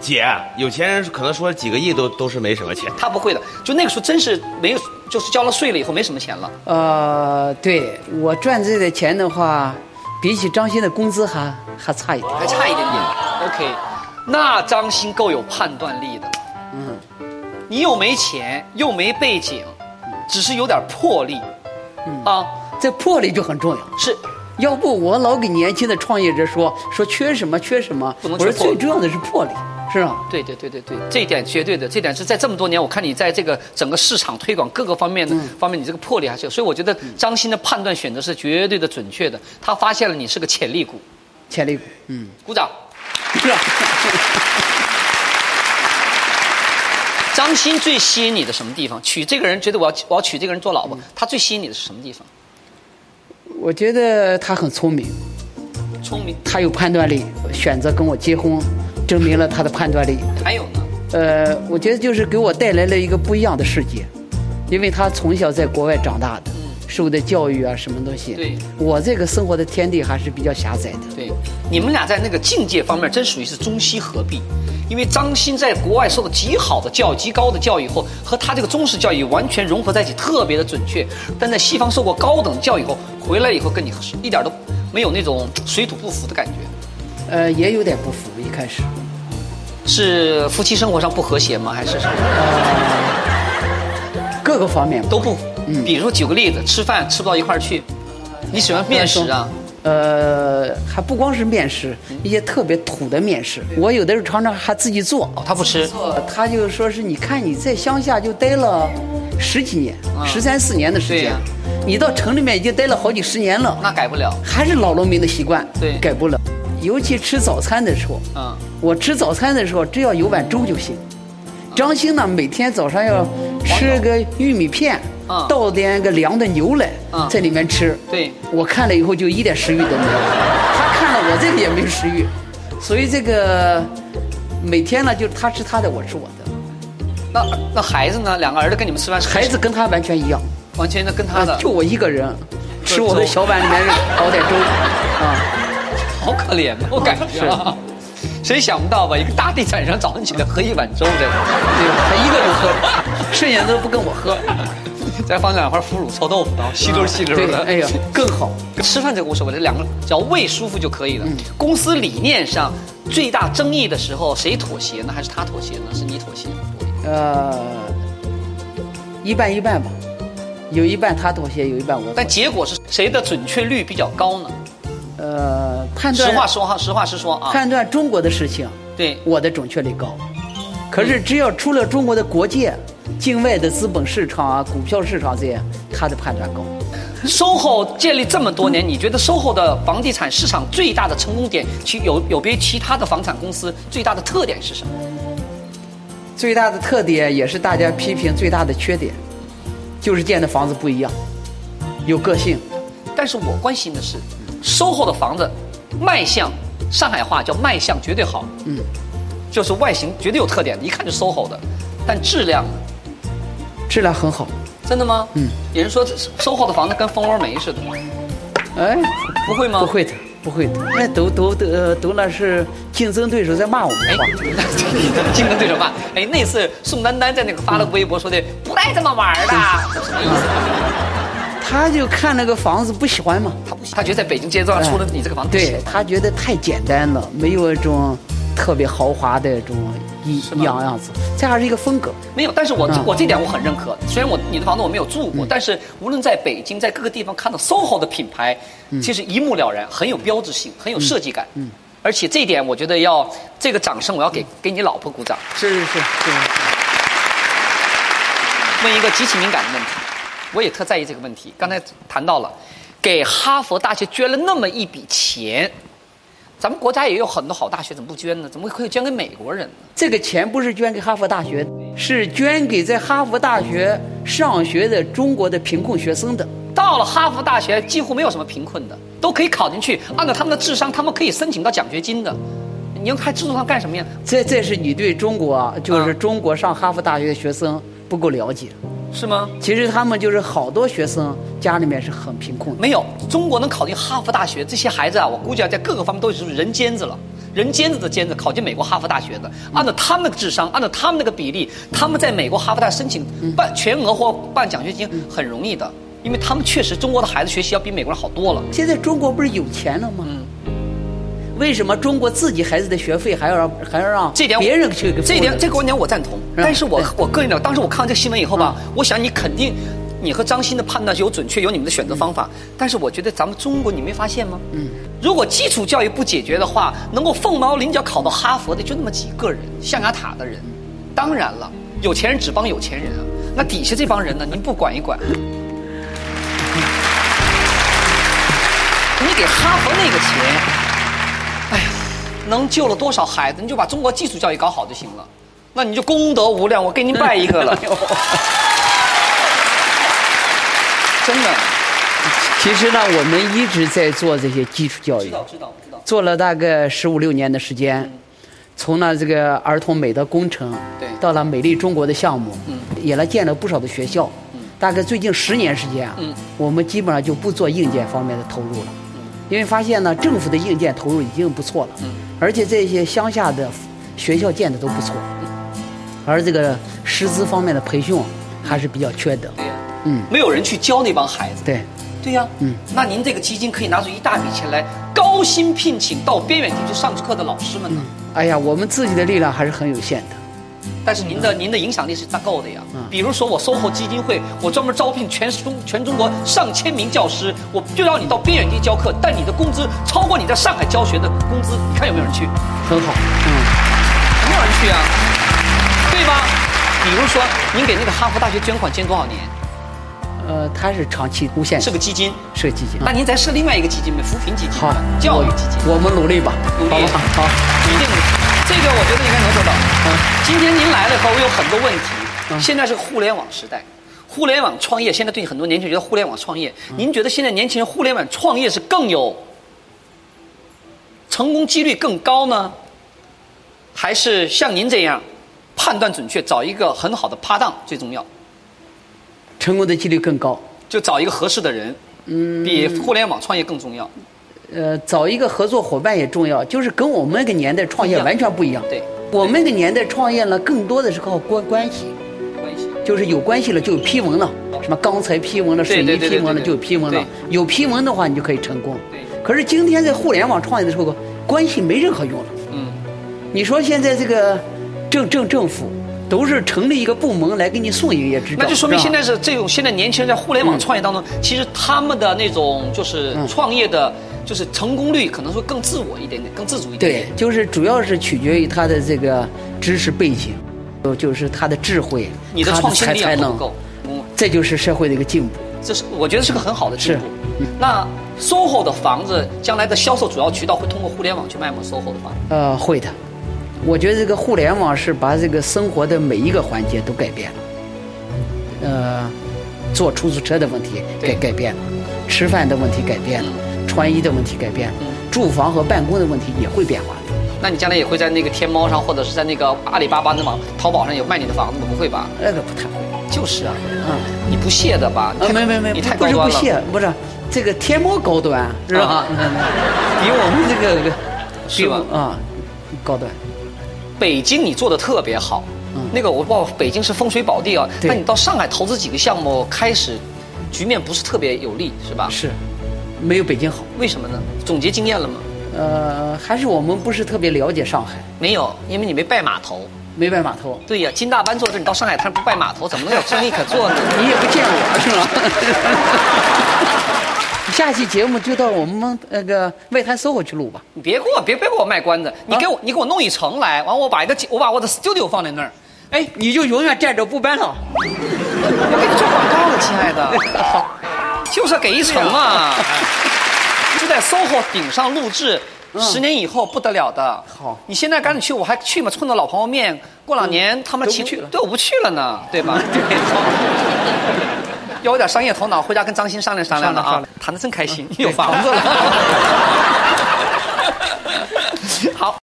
姐，有钱人可能说几个亿都都是没什么钱。他不会的，就那个时候真是没有，就是交了税了以后没什么钱了。呃，对我赚这点钱的话，比起张欣的工资还还差一点。还差一点点。OK，那张欣够有判断力的了。嗯，你又没钱，又没背景，只是有点魄力，啊，这魄力就很重要。是要不我老给年轻的创业者说说缺什么缺什么，不能我缺说魄力最重要的是魄力，是吧？对对对对对，这一点绝对的，这点是在这么多年，我看你在这个整个市场推广各个方面的、方面，你这个魄力还是有，所以我觉得张欣的判断选择是绝对的准确的，他发现了你是个潜力股，潜力股，嗯，鼓掌。是吧？ 张欣最吸引你的什么地方？娶这个人觉得我要我要娶这个人做老婆，他最吸引你的是什么地方？我觉得他很聪明，聪明，他有判断力，选择跟我结婚，证明了他的判断力。还有呢？呃，我觉得就是给我带来了一个不一样的世界，因为他从小在国外长大的，受的教育啊，什么东西。对我这个生活的天地还是比较狭窄的。对，你们俩在那个境界方面真属于是中西合璧，因为张欣在国外受了极好的教育、极高的教育以后，和他这个中式教育完全融合在一起，特别的准确。但在西方受过高等教育以后，回来以后跟你是一点都没有那种水土不服的感觉，呃，也有点不服，一开始。是夫妻生活上不和谐吗？还是什么各个方面吧都不？比如说举个例子，吃饭吃不到一块儿去，你喜欢面食啊？呃，还不光是面食，一些特别土的面食，我有的时候常常还自己做。哦，他不吃，呃他就说是，你看你在乡下就待了十几年，十三四年的时啊对间呀，你到城里面已经待了好几十年了，那改不了。还是老农民的习惯，对改不了。尤其吃早餐的时候，嗯，我吃早餐的时候只要有碗粥就行。啊张兴呢，每天早上要吃个玉米片，嗯倒点个凉的牛奶嗯，在里面吃。对我看了以后就一点食欲都没有，他看了我这个也没有食欲，所以这个每天呢，就是他吃他的，我吃我的。那那孩子呢？两个儿子跟你们吃饭，孩子跟他完全一样，完全的跟他啊的，，就我一个人吃粥我的小碗里面熬 点粥，啊，好可怜呐，我感觉啊，谁想不到吧？一个大地产商早上起来喝一碗粥这个，对，他一个人喝，剩下的都不跟我喝。 再放两块腐乳臭豆腐，然后吸溜吸溜对，的。哎呀，更好。嗯吃饭这个无所谓，这两个人只要胃舒服就可以了。公司理念上最大争议的时候，谁妥协呢？还是他妥协呢？是你妥协？呃，一半一半吧，有一半他妥协，有一半我妥但协。结果是谁的准确率比较高呢？呃，判实断话说哈，实话实说啊，判断中国的事情，对，我的准确率高。可是只要出了中国的国界，境外的资本市场啊、股票市场这些，他的判断高。 SOHO 建立这么多年，你觉得 SOHO 的房地产市场最大的成功点，其有有别于其他的房产公司最大的特点是什么？最大的特点也是大家批评最大的缺点，就是建的房子不一样，有个性。但是我关心的是，收后的房子卖相，上海话叫卖相绝对好，嗯，就是外形绝对有特点的，一看就 SOHO 的，但质量呢质量很好。真的吗？嗯，有人说 SOHO 的房子跟蜂窝煤似的，哎，不会吗？不。会的，不会的，那都都都呃都那是竞争对手在骂我们哎 吧？，竞争对手吧？哎，那次宋丹丹在那个发了个微博说的不带这么玩儿的，什么意思？哎他就看那个房子不喜欢嘛，他不喜，他觉得在北京街道上出了你这个房子不行对他觉得太简单了，没有一种特别豪华的这种一吗样样子，这还是一个风格。没有，但是我、嗯我这点我很认可。虽然我你的房子我没有住过，但是无论在北京，在各个地方看到 SOHO 的品牌，其实一目了然，很有标志性，很有设计感。嗯，而且这一点我觉得要这个掌声，我要给给你老婆鼓掌。是是是是，问一个极其敏感的问题，我也特在意这个问题。刚才谈到了，给哈佛大学捐了那么一笔钱，咱们国家也有很多好大学，怎么不捐呢？怎么可以捐给美国人呢？这个钱不是捐给哈佛大学的，是捐给在哈佛大学上学的中国的贫困学生的。到了哈佛大学，几乎没有什么贫困的，都可以考进去。按照他们的智商，他们可以申请到奖学金的。你用他制度上干什么呀？这这是你对中国啊，就是嗯中国上哈佛大学的学生不够了解。是吗？其实他们就是好多学生家里面是很贫困的。没有，中国能考进哈佛大学，这些孩子啊，我估计啊，在各个方面都已经是人尖子了。人尖子的尖子，考进美国哈佛大学的，按照他们那个智商，按照他们那个比例，他们在美国哈佛大学申请办全额或办奖学金很容易的，因为他们确实中国的孩子学习要比美国人好多了。现在中国不是有钱了吗？嗯为什么中国自己孩子的学费还要让还要让这点我啊别人去给这付点呢这个观点我赞同，是吧但是我嗯对嗯我个人的当时我看完这个新闻以后吧，我想你肯定。你和张欣的判断是有准确，有你们的选择方法，嗯但是我觉得咱们中国，你没发现吗？嗯，如果基础教育不解决的话，能够凤毛麟角考到哈佛的就那么几个人，象牙塔的人。嗯当然了，有钱人只帮有钱人啊，那底下这帮人呢，您不管一管？嗯你给哈佛那个钱，哎呀，能救了多少孩子？你就把中国基础教育搞好就行了，那你就功德无量，我给您拜一 个了。真的，其实呢，我们一直在做这些基础教育知，道知道知道，做了大概十五六年的时间，从呢这个儿童美的工程，对到了美丽中国的项目，嗯也来建了不少的学校，大概最近十年时间啊，嗯我们基本上就不做硬件方面的投入了，因为发现呢，政府的硬件投入已经不错了，嗯而且这些乡下的学校建的都不错，嗯而这个师资方面的培训啊还是比较缺德，对呀，嗯，没有人去教那帮孩子。对。对呀、嗯那您这个基金可以拿出一大笔钱来，高薪聘请到边远地区上课的老师们呢。哎呀，我们自己的力量还是很有限的。但是您的您的影响力是大够的呀。比如说我 SOHO 基金会，我专门招聘全中全中国上千名教师，我就让你到边远地教课，但你的工资超过你在上海教学的工资，你看有没有人去？很好，嗯，没有人去啊，对吧？比如说您给那个哈佛大学捐款捐多少年？呃，它是长期无限是个基金，设计金。那您再设另外一个基金呗，扶贫基金好吧、，教育基金。我，我们努力吧，努力好吧，好，一定，这个我觉得应该能做到。嗯今天您来了以后，我有很多问题。嗯现在是互联网时代，互联网创业现在对很多年轻人觉得互联网创业，您觉得现在年轻人互联网创业是更有成功几率更高呢，还是像您这样判断准确，找一个很好的搭档最重要？成功的几率更高。就找一个合适的人，嗯，比互联网创业更重要。呃，找一个合作伙伴也重要，就是跟我们那个年代创不一业样完全不一样。对，我们那个年代创业呢，更多的是靠关关系，关系就是有关系了就有批文了，什么钢材批文了、对水泥对对批文了对对就有批文了对，有批文的话你就可以成功对。可是今天在互联网创业的时候，关系没任何用了。嗯，你说现在这个政政政府都是成立一个部门来给你送营业执照，那就说明是现吧在是这种现在年轻人在互联嗯网创业当中，其实他们的那种就是创业的，就是成功率可能会更自我一点点，更自主一点对点。，就是主要是取决于他的这个知识背景，就就是他的智慧，你的他创新才力才量够能不，够？嗯，这就是社会的一个进步。这是我觉得是个很好的进步是。那 SOHO 的房子将来的销售主要渠道会通过互联网去卖吗？SOHO 的房子，呃，会的。我觉得这个互联网是把这个生活的每一个环节都改变了。呃，坐出租车的问题对改改变了，吃饭的问题改变了，穿衣的问题改变了，嗯住房和办公的问题也会变化的。那你将来也会在那个天猫上，或者是在那个阿里巴巴那网淘宝上有卖你的房子吗？不会吧？那个不太会就是啊，啊。你不屑的吧？你啊，太没没没，嗯你太不高是端不了。屑，不是这个天猫高端是吧啊？嗯比我们这个这个是吧比我啊，高端。北京你做的特别好，那个我报北京是风水宝地啊，对那你到上海投资几个项目，开始局面不是特别有利，是吧？是，没有北京好。为什么呢？总结经验了吗？呃，还是我们不是特别了解上海，没有，因为你没拜码头。没拜码头，对呀，金大班坐这儿，你到上海滩不拜码头，怎么能有生意可做呢？ 你也不见我是吧？ 下期节目就到我们那个外滩 SOHO 去录吧。你别给我别别给我卖关子，你给我、你给我弄一层来，完我把一个我把我的 studio 放在那儿，哎，你就永远站着不搬 了。我给你做广告了，亲爱的，就是要给一层 啊，哎就在 SOHO 顶上录制。十年以后不得了的，嗯好你现在赶紧去，我还去吗？冲着老朋友面，过两年他们嗯都不请去了对，我不去了呢，对 吧？对， 要有点商业头脑，回家跟张鑫商量商量了商啊量商，嗯 谈的真开心，有房子了。好。